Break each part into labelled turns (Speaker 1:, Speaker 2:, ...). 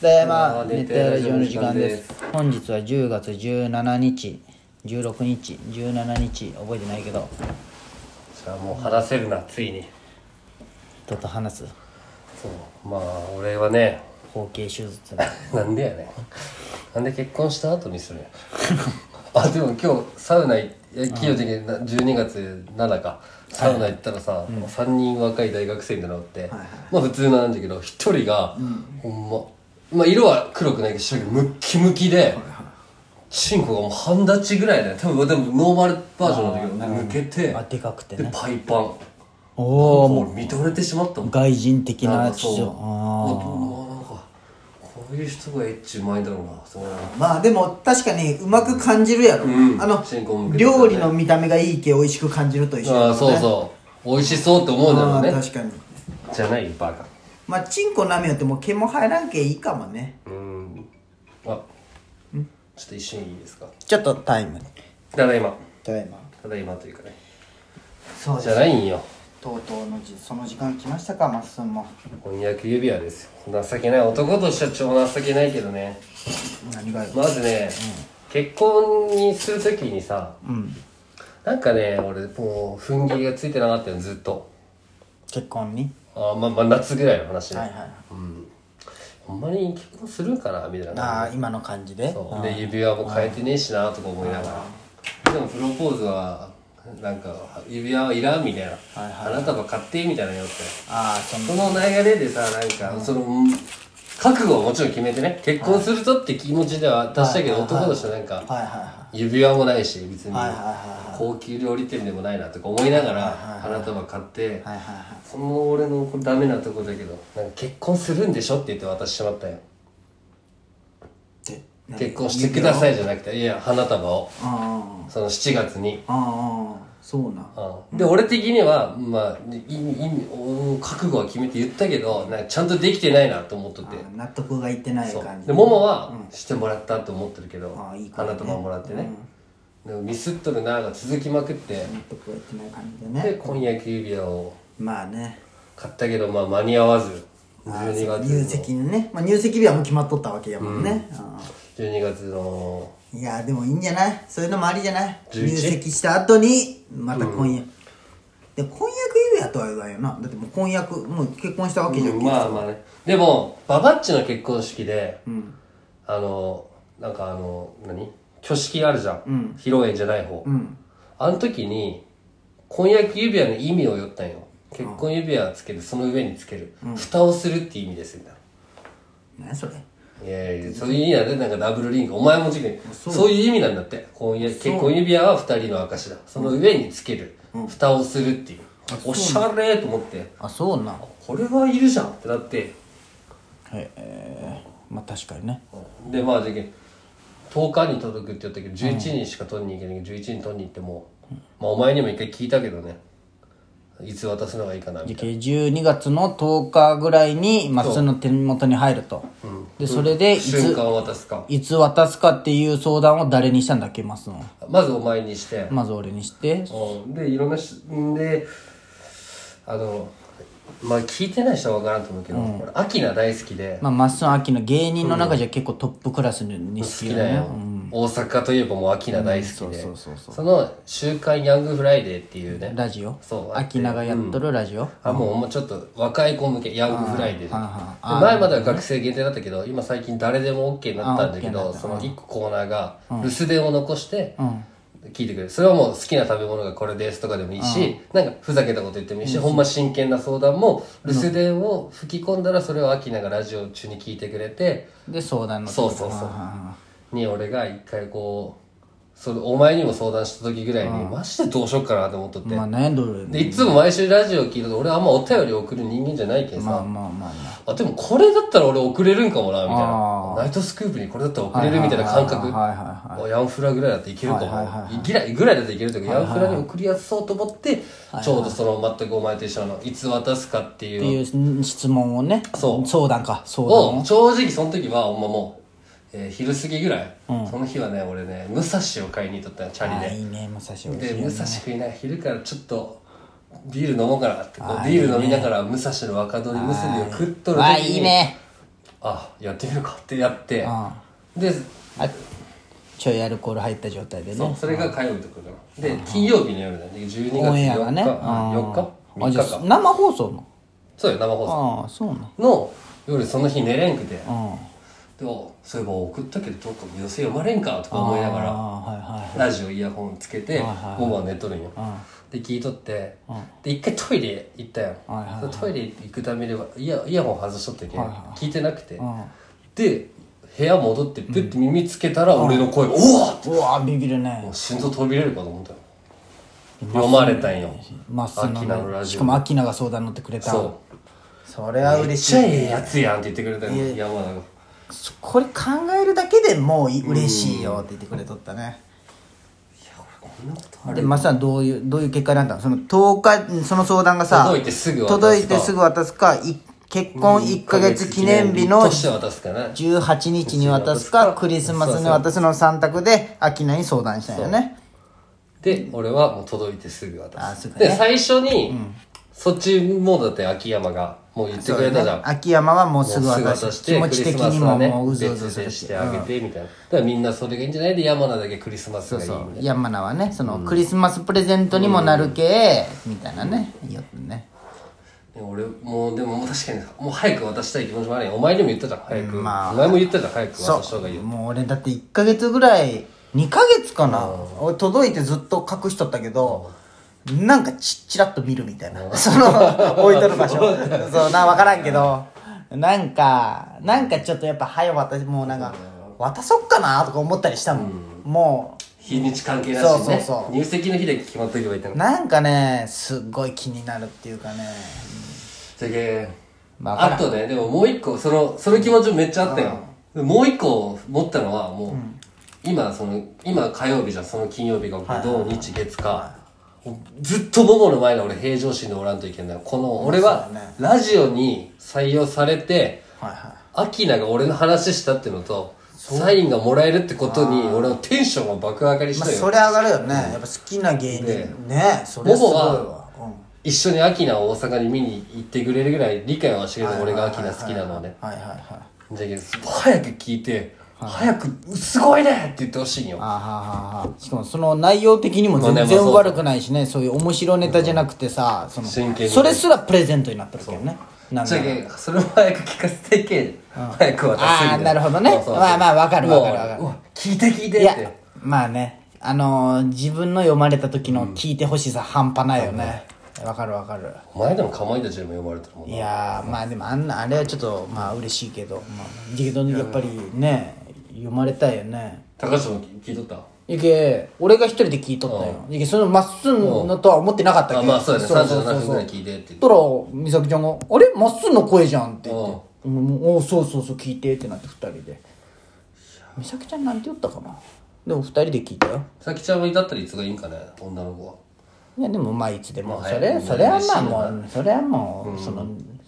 Speaker 1: でまあ
Speaker 2: 熱
Speaker 1: 熱
Speaker 2: 帯
Speaker 1: 帯
Speaker 2: ラ
Speaker 1: ラ
Speaker 2: ジ
Speaker 1: ジオ
Speaker 2: オの
Speaker 1: の
Speaker 2: 時
Speaker 1: 時
Speaker 2: 間
Speaker 1: 間
Speaker 2: で
Speaker 1: ですす本日は10月17日16日17日覚えてないけど
Speaker 2: じゃあもう話せるなついに
Speaker 1: ちょっと話す
Speaker 2: そうまあ俺はね
Speaker 1: 包茎手術の
Speaker 2: なんでやねんなんで結婚した後にするん やあでも今日サウナ行って企業的にな12月7日サウナ行ったらさ、もう3人若い大学生みたいなのおって、まあ普通なんだけど1人が、ほんままあ色は黒くないけど白いけどムッキムキで、チンコがもう半立ちぐらいだよ多分でもノーマルバージョンなんだけど抜けて
Speaker 1: あでかくて
Speaker 2: で
Speaker 1: ね
Speaker 2: パイパン
Speaker 1: おおも
Speaker 2: もう認めてしまったもん
Speaker 1: う外人的
Speaker 2: な
Speaker 1: なん
Speaker 2: か
Speaker 1: 事
Speaker 2: そう
Speaker 1: 情あ
Speaker 2: もうなんかこういう人がエッチうまいんだろうなそう
Speaker 3: まあでも確かにうまく感じるやろ、
Speaker 2: うん
Speaker 3: あの
Speaker 2: 新婚向けとかね
Speaker 3: 料理の見た目がいいけ美味しく感じると一緒だ
Speaker 2: あ
Speaker 3: もん
Speaker 2: あ
Speaker 3: ね
Speaker 2: そうそう美味しそうって思うんだろ
Speaker 3: あ
Speaker 2: う
Speaker 3: あ
Speaker 2: ね
Speaker 3: 確かに
Speaker 2: じゃないバカ
Speaker 3: まあチンコなめよっても毛も入らんけいいかもね
Speaker 2: うんあちょっと一瞬いいですか
Speaker 1: ちょっとタイム
Speaker 2: ただいま
Speaker 3: ただいま
Speaker 2: ただいまというかね
Speaker 3: そう
Speaker 2: じ
Speaker 3: で
Speaker 2: ゃ
Speaker 3: す
Speaker 2: ないんよ
Speaker 3: とうとうのじその時間来ましたかマッスンも
Speaker 2: 婚約指輪ですよ情けない男としては超情けないけどね
Speaker 3: 何がよ
Speaker 2: まずね、結婚にするときにさ、なんかね俺もう踏ん切りがついてなかったよずっと
Speaker 1: 結婚に
Speaker 2: あまあまあ夏ぐらいの話ね、
Speaker 3: はいはいはい
Speaker 2: うんほんまに結婚するんかなみたいな
Speaker 1: ああ今の感じで
Speaker 2: そうで指輪も変えてねえしなとか思いながらでもプロポーズはなんか指輪はいらんみたいな、花束買ってみたいなのよって
Speaker 1: ああその
Speaker 2: その流れでさなんか、その覚悟をもちろん決めてね結婚するぞって気持ちでは出したけど、男としてなんか、
Speaker 3: はいはいは
Speaker 2: 指輪もないし別に
Speaker 3: はいはいはい
Speaker 2: 高級料理店でもないなとか思いながら花束買って
Speaker 3: いはいはいはい
Speaker 2: その俺のこれダメなとこだけどなんか結婚するんでしょって言って渡してしまったよ
Speaker 3: って何
Speaker 2: 結婚してくださいじゃなくていや花束を
Speaker 3: ああ
Speaker 2: その7月に
Speaker 3: ああそうな
Speaker 2: うんで俺的にはまあいいいお覚悟は決めて言ったけどなんかちゃんとできてないなと思っとって
Speaker 3: あ納得がいってない
Speaker 2: そう
Speaker 3: 感じ
Speaker 2: でももはしてもらったと思ってるけど、
Speaker 3: ああいい子だね
Speaker 2: 花束もらってね、でもミスっとるなが続きまくって、
Speaker 3: 納得がいってない感じで
Speaker 2: で
Speaker 3: ね
Speaker 2: 婚約指輪を
Speaker 3: まあね
Speaker 2: 買ったけどまあ間に合わず12月
Speaker 3: 入籍のね、まあ、入籍日はもう決まっとったわけやもんね、
Speaker 2: 12月の
Speaker 3: うんいやでもいいんじゃないそういうのもありじゃない
Speaker 2: 11
Speaker 3: 入籍した後にまた婚約、で婚約指輪とは言わんよなだってもう婚約もう結婚したわけじゃん、
Speaker 2: うんまあまあねでもババッチの結婚式で、あのなんかあの何挙式あるじゃん、披露宴じゃない方、
Speaker 3: ん
Speaker 2: あの時に婚約指輪の意味を言ったんよ結婚指輪つけるその上につける、蓋をするって意味ですみたいな
Speaker 3: 何それ
Speaker 2: いやいやそういう意味なんでなんかダブルリンクお前も次にそういう意味なんだって婚約結婚指輪は二人の証だその上につける、蓋をするっていうおしゃれと思って
Speaker 1: あそうなは
Speaker 2: これはいるじゃんってなって
Speaker 1: いえーまあ確かにね
Speaker 2: でまあじゃけ10日に届くって言ったけど11人しか取りに行けないけど11人取りに行っても、まあお前にも一回聞いたけどねいつ渡すのがいいかなみたい
Speaker 1: で12月の10日ぐらいにまあその手元に入るとでそれで
Speaker 2: ない瞬
Speaker 1: つ
Speaker 2: 間を渡すか
Speaker 1: いつ渡すかっていう相談を誰にしたんだっけますの
Speaker 2: まずお前にして、
Speaker 1: まず俺にして
Speaker 2: うんでいろんなしんであのまあ聞いてない人は分からんと思うけど、俺アキナ大好きで、
Speaker 1: まあ、まっすぐ秋の芸人の中じゃ結構トップクラスにに好
Speaker 2: 好
Speaker 1: き
Speaker 2: き
Speaker 1: だ
Speaker 2: だ
Speaker 1: ね
Speaker 2: よ、大阪といえばもうアキナ大好きで、
Speaker 1: うんそうそうそうそう
Speaker 2: その「週刊ヤングフライデー」っていうね
Speaker 1: ラジオ
Speaker 2: そう
Speaker 1: 秋名がやっとるラジオ、
Speaker 2: あもうもうちょっと若い子向けヤングフライデーで
Speaker 1: はいは
Speaker 2: 前までは学生限定だったけど今最近誰でも OK になったんだけ
Speaker 1: あ OK にな
Speaker 2: ど
Speaker 1: った
Speaker 2: その1個コーナーが留守電を残して
Speaker 1: ん
Speaker 2: 聞いてくれるそれはもう好きな食べ物がこれですとかでもいいしなんかふざけたこと言ってもいいしほんま真剣な相談も留守電を吹き込んだらそれをアキナがラジオ中に聞いてくれて
Speaker 1: で相談の
Speaker 2: そうそう
Speaker 1: は
Speaker 2: そ
Speaker 1: いはいは
Speaker 2: うに俺が一回こうそれお前にも相談した時ぐらいにマジでどうしよっかなと思っとって
Speaker 1: いまあ悩んどるよね
Speaker 2: でいつも毎週ラジオ聞いてて俺あんまお便り送る人間じゃないけんさ、
Speaker 1: まあまあまあまあ
Speaker 2: あでもこれだったら俺送れるんかもなみたいな
Speaker 1: あ
Speaker 2: ナイトスクープにこれだったら送れるみたいな感覚
Speaker 1: はいはいはいは
Speaker 2: あヤンフラぐらいだっていけるかも、
Speaker 1: はいはいはい
Speaker 2: ぐらいぐらいだっていけるとか、ヤンフラに送りやすそうと思って、ちょうどその全くお前と一緒のいつ渡すかっていう
Speaker 1: っていう質問をね
Speaker 2: そう
Speaker 1: 相談か相談
Speaker 2: を
Speaker 1: を
Speaker 2: 正直その時はほんまもう、えー昼過ぎぐらい、その日はね俺ね武蔵を買いに行っとったよチャリ
Speaker 1: あ
Speaker 2: で
Speaker 1: あいいね武蔵美味しい
Speaker 2: で武
Speaker 1: よ
Speaker 2: 蔵食いながら昼からちょっとビール飲もうかなってこうビール飲みながら武蔵の若鶏むすびを食っとる
Speaker 1: あ
Speaker 2: 時
Speaker 1: い
Speaker 2: に
Speaker 1: いね
Speaker 2: あやってみるかってやって
Speaker 1: あ
Speaker 2: で
Speaker 1: あちょいアルコール入った状態で
Speaker 2: そう
Speaker 1: ね
Speaker 2: それが火曜日とかなで金曜日の夜だね12月
Speaker 1: オンエア
Speaker 2: 4
Speaker 1: が
Speaker 2: 日、
Speaker 1: ねあー
Speaker 2: 4日
Speaker 1: あ
Speaker 2: 3
Speaker 1: じゃ
Speaker 2: 日
Speaker 1: あ
Speaker 2: か
Speaker 1: 生放送の
Speaker 2: そうよ生放送
Speaker 1: ああそうなん
Speaker 2: の夜その日寝れんくて
Speaker 1: うん
Speaker 2: でもそういえば送ったけどどっか寄せ読まれんかとか思いなが
Speaker 1: あ
Speaker 2: ら
Speaker 1: あはいはい
Speaker 2: ラジオイヤホンつけて
Speaker 1: はいはい
Speaker 2: 午後は寝とるんよ
Speaker 1: うん
Speaker 2: で聞いとって
Speaker 1: うん
Speaker 2: で一回トイレ行ったやん、
Speaker 1: はいはいはい
Speaker 2: トイレ行くためにはイヤイヤホン外しとってけ、
Speaker 1: はいはい
Speaker 2: 聞いてなくて、
Speaker 1: うん
Speaker 2: で部屋戻ってプッて耳つけたら俺の声、おおっ
Speaker 1: うわビビるね
Speaker 2: もう心臓飛び出るかと思ったよ読まれたんよ
Speaker 1: まっすぐ
Speaker 2: 秋菜のラジオ
Speaker 1: しかもアキナが相談乗ってくれた
Speaker 2: そ
Speaker 1: それは
Speaker 2: うめっ
Speaker 1: 嬉し
Speaker 2: ちゃ
Speaker 1: い
Speaker 2: ええやつやんって言ってくれたよ山田が
Speaker 1: そこれ考えるだけでもうい嬉しいよって言ってくれとったね
Speaker 2: こんなこと
Speaker 1: でまさどういうどういう結果になったのその10日その相談がさ
Speaker 2: 届いてすぐ渡すか
Speaker 1: 届いてすぐ渡すかい結婚1か月記念日の
Speaker 2: として渡すかな
Speaker 1: 18日に渡すかクリスマスに渡すの3択でアキナに相談したんよね
Speaker 2: で俺はもう届いてすぐ渡す
Speaker 1: あすぐね
Speaker 2: で最初に、そっちもだって秋山がもう言ってくれたじゃん、
Speaker 1: 秋山はもうすぐ
Speaker 2: もうすぐ
Speaker 1: 渡
Speaker 2: 渡
Speaker 1: す
Speaker 2: し
Speaker 1: 気
Speaker 2: て
Speaker 1: 持
Speaker 2: ク
Speaker 1: ち
Speaker 2: リ
Speaker 1: 的
Speaker 2: スマ
Speaker 1: に
Speaker 2: スは
Speaker 1: も
Speaker 2: ね
Speaker 1: もううずうずす
Speaker 2: 別
Speaker 1: る
Speaker 2: で
Speaker 1: し
Speaker 2: してあげてみたいな、だからみんなそれがいいんじゃないで山名だけクリスマ
Speaker 1: そ
Speaker 2: スが
Speaker 1: う
Speaker 2: いいみ
Speaker 1: そ
Speaker 2: たいな
Speaker 1: う山名はねそのクリスマスプレゼントにもなるけ、みたいなねいいよね
Speaker 2: でも俺もうでも確かにもう早く渡したい気持ちもあるよお前にも言ったじゃん早く、
Speaker 1: まあ
Speaker 2: お前も言ったじゃん早く渡した
Speaker 1: そ
Speaker 2: 方がいいうよ
Speaker 1: もう俺だって1か月ぐらい2か月かな俺届いてずっと隠しとったけどなんかちちらっと見るみたいなそ の置いとる場所そうな分からんけどなんかなんかちょっとやっぱ早渡しもうなんか渡そっかなとか思ったりしたもん、も
Speaker 2: 日にち関係なし
Speaker 1: そう
Speaker 2: に
Speaker 1: そう
Speaker 2: ね
Speaker 1: そう
Speaker 2: 入籍の日で決まっとけばいいって
Speaker 1: う
Speaker 2: な
Speaker 1: なんかねすっごい気になるっていうかね
Speaker 2: じゃけ
Speaker 1: まあわからん
Speaker 2: あとねでももう一個そのその気持ちもめっちゃあったよ、もう一個持ったのはもう、今その今火曜日じゃんその金曜日が土日月か、ずっとももの前で俺平常心でおらんといけないこの俺は
Speaker 1: そうだね
Speaker 2: ラジオに採用されて
Speaker 1: はいはい
Speaker 2: アキナが俺の話したってのとサインがもらえるってことに俺のテンションが爆上がりし
Speaker 1: まあ、
Speaker 2: たよ、
Speaker 1: それ上がるよね、やっぱ好きな芸
Speaker 2: で
Speaker 1: 人ねそれすごい
Speaker 2: ボボ
Speaker 1: わ
Speaker 2: は、
Speaker 1: う
Speaker 2: 一緒にアキナを大阪に見に行ってくれるぐらい理解はしてくれた俺がアキナ好きなのはね
Speaker 1: ん、はいはいはい
Speaker 2: じゃけど早く聞いて早く「すごいね!」って言ってほしいんよ
Speaker 1: あはははしかもその内容的にも全
Speaker 2: まあねまあそ
Speaker 1: 然
Speaker 2: う
Speaker 1: 悪くないしねそういう面白ネタじゃなくてさその
Speaker 2: 真剣に
Speaker 1: それすらプレゼントになってるけどねなん
Speaker 2: じゃ
Speaker 1: だ
Speaker 2: けそれも早く聞かせてけ早く渡すみたい
Speaker 1: ああーなるほどねまあまあわかるわかるわかる
Speaker 2: もうう聞いて聞いて
Speaker 1: い
Speaker 2: っ
Speaker 1: や
Speaker 2: て
Speaker 1: まあねあのー自分の読まれた時の聞いてほしさ半端ないよねわかるわかる
Speaker 2: お前でもかまいたちでも呼ばれてるもん
Speaker 1: い
Speaker 2: な
Speaker 1: やーまあでもあんなあれはちょっとまあ嬉しいけどまあだけどやっぱりね読まれたいよね
Speaker 2: 高橋も聞いとった
Speaker 1: いけ俺が一人で聞いとったよいけそのまっすんのとは思ってなかったけど
Speaker 2: あまあそうやね
Speaker 1: そうそう
Speaker 2: 37
Speaker 1: そう
Speaker 2: 分ぐらい聞いてって言って
Speaker 1: たら美咲ちゃんが「あれまっすんの声じゃん」って言って「
Speaker 2: う
Speaker 1: うんおうそうそうそう聞いて」ってなって二人で美咲ちゃんなんて言ったかなでも二人で聞いたよ
Speaker 2: さきちゃんもいたったらいつがいいんかね女の子はい
Speaker 1: やでもまあいつでも
Speaker 2: まあ
Speaker 1: それ
Speaker 2: 早い
Speaker 1: それは
Speaker 2: 嬉しい
Speaker 1: まあもうそれはもうその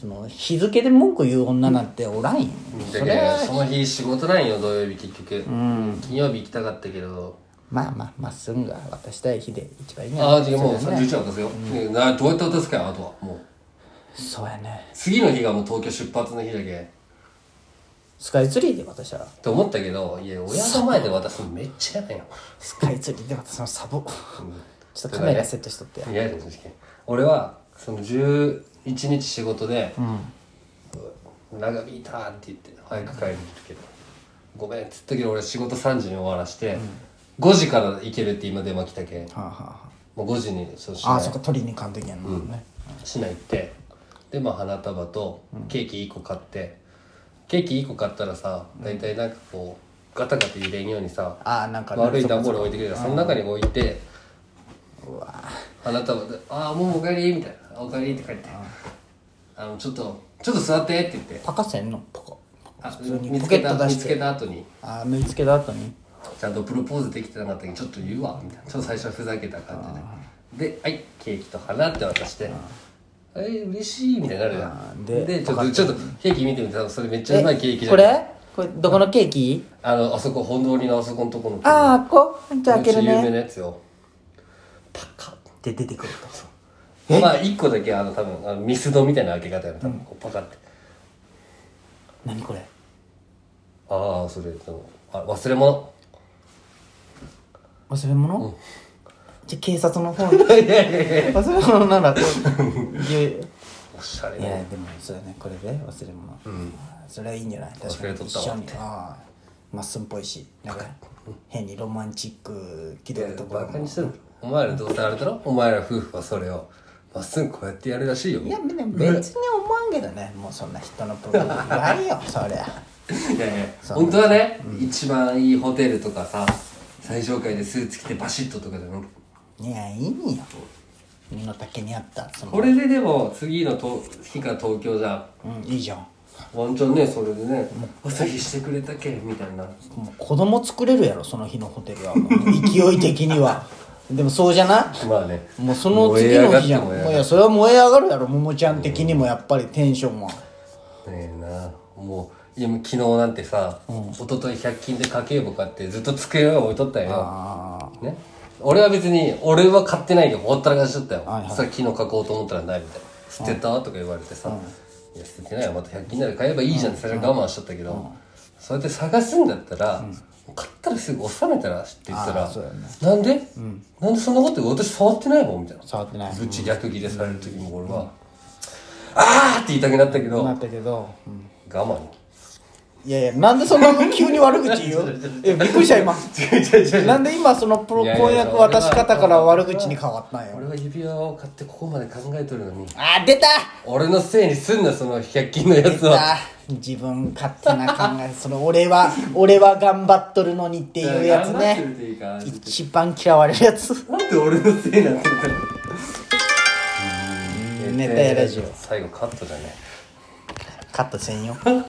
Speaker 1: その日付で文句言う女なんておらんよ
Speaker 2: じ
Speaker 1: そ
Speaker 2: ゃ
Speaker 1: れは
Speaker 2: けその日仕事ないんよ土曜日結局金曜日行きたかったけど
Speaker 1: まあまあまっすんが渡したい日で一番いいんや
Speaker 2: ああじゃあもう
Speaker 1: それはね
Speaker 2: 31渡すよねなどうやって渡すかよあとはもう
Speaker 1: そうやね
Speaker 2: 次の日がもう東京出発の日だけ
Speaker 1: スカイツリーで渡したら
Speaker 2: って思ったけどいや親の前で渡すのめっちゃ嫌だよ
Speaker 1: スカイツリーでまたそのサボちょっとカメラセットしとって
Speaker 2: 嫌だよ正直俺はその11日仕事で「長引いた」って言って早く帰りに来るけど「ごめん」っつったけど俺仕事3時に終わらして5時から行けるって今電話来たけん
Speaker 1: はあはあは
Speaker 2: もう5時にそう市
Speaker 1: ああ
Speaker 2: 内
Speaker 1: ーそっか取りに行かんといけんのね
Speaker 2: 市内行ってでまあ花束とケーキ1個買って、ケーキ1個買ったらさ大体なんかこうガタガタ揺れんようにさ
Speaker 1: あーなんかね
Speaker 2: 悪い段ボール置いてくれたその中に置いて花束で「ああもうお帰り」みたいな「お帰り」って帰って「あのちょっとちょっと座って」って言って
Speaker 1: パカせんのパカ
Speaker 2: あ
Speaker 1: 通に
Speaker 2: 見つけ
Speaker 1: ポケッ
Speaker 2: た
Speaker 1: ト出
Speaker 2: 見
Speaker 1: して
Speaker 2: つけた後に
Speaker 1: ああ見つけた後に
Speaker 2: ちゃんとプロポーズできてなかったけどちょっと言うわみたいなちょっと最初はふざけた感じでで「はいケーキと花」って渡して「えい嬉しい」みたいになるじゃ
Speaker 1: あ
Speaker 2: ん
Speaker 1: ーで
Speaker 2: でちょっ
Speaker 1: パカッ
Speaker 2: と
Speaker 1: て
Speaker 2: ちょっとケーキ見てみて多分それめっちゃうまいケーキじゃん
Speaker 1: これこれどこのケーキ
Speaker 2: あのあそこ本通りのあそこのとこの
Speaker 1: ああこうじゃあ
Speaker 2: めっ
Speaker 1: 開
Speaker 2: ち
Speaker 1: け
Speaker 2: ゃ
Speaker 1: る
Speaker 2: 有名
Speaker 1: ね
Speaker 2: なやつよパカ
Speaker 1: で出てくると
Speaker 2: ッまあ一個だけあの多分あのミスドみたいな開け方やな多分こうパカッて
Speaker 1: 何これ
Speaker 2: ああそれでもあ忘れ物
Speaker 1: 忘れ物、じゃあ警察の方に 忘れ物ならこういや
Speaker 2: おしゃれ
Speaker 1: いや
Speaker 2: ね
Speaker 1: でもそうだねこれで忘れ物、それはいいんじゃない確か
Speaker 2: 忘れ
Speaker 1: に
Speaker 2: とっ
Speaker 1: 一
Speaker 2: たわ
Speaker 1: 緒にああまっすんっぽいしなんか変にロマンチック気取るところ
Speaker 2: バカ
Speaker 1: も
Speaker 2: にしてるお前らどうせあれだろお前ら夫婦はそれをまっすぐこうやってやるらしいよ
Speaker 1: いやでも別に思わんけどねもうそんな人のプログラムないよそりゃ
Speaker 2: いやいや本当はね、一番いいホテルとかさ最上階でスーツ着てバシッととかじゃなくて
Speaker 1: いやいいよ身の丈に合ったその
Speaker 2: これででも次のと日が東京じゃん
Speaker 1: うんいいじゃん
Speaker 2: ワンチャンねそれでね朝日してくれたけみたいな
Speaker 1: もう子供作れるやろその日のホテルはもう勢い的にはでもそうじゃない
Speaker 2: まあね
Speaker 1: もうその次の日じゃんも
Speaker 2: 燃え
Speaker 1: う
Speaker 2: 上がって燃え上がって
Speaker 1: いやそれは燃え上がるやろももちゃん的にもやっぱりテンションは
Speaker 2: ねえなもういや昨日なんてさ、一昨日100均で家計簿買ってずっと机の上に置いとったよ、ね、俺は別に俺は買ってないけどほったらかしとったよ、
Speaker 1: はいはい
Speaker 2: そしたら昨日書こうと思ったらないみたいな捨てたとか言われてさ、いや捨ててないよまた100均なら買えばいいじゃんって最初我慢しとったけど、そうやって探すんだったら、買ったらすぐ収めたらって言っ
Speaker 1: あ
Speaker 2: たら、
Speaker 1: ーそうだよね
Speaker 2: なんで、なんでそんなこと言う私触ってないもんみたいな
Speaker 1: 触ってない
Speaker 2: ぶち逆ギレされる時も俺は、あーって言いたくなったけど、
Speaker 1: なったけど、うん
Speaker 2: 我慢
Speaker 1: いやいやなんでそんな急に悪口言う えびっくりした今なんで今そのプロ
Speaker 2: いやいや
Speaker 1: 婚約渡し方から悪口に変わったんよ
Speaker 2: 俺は指輪を買ってここまで考えとるのに
Speaker 1: あー出た
Speaker 2: 俺のせいにすんなその100均のや
Speaker 1: 出
Speaker 2: つは
Speaker 1: た自分勝手な考えその俺は俺は頑張っとるのにっていうやつ
Speaker 2: いや頑張ってる
Speaker 1: ね
Speaker 2: っていうか
Speaker 1: 一番嫌われるやつ
Speaker 2: なんで俺のせいなんだろう
Speaker 1: ネタやラジオ
Speaker 2: 最後カットだね
Speaker 1: カットせんよ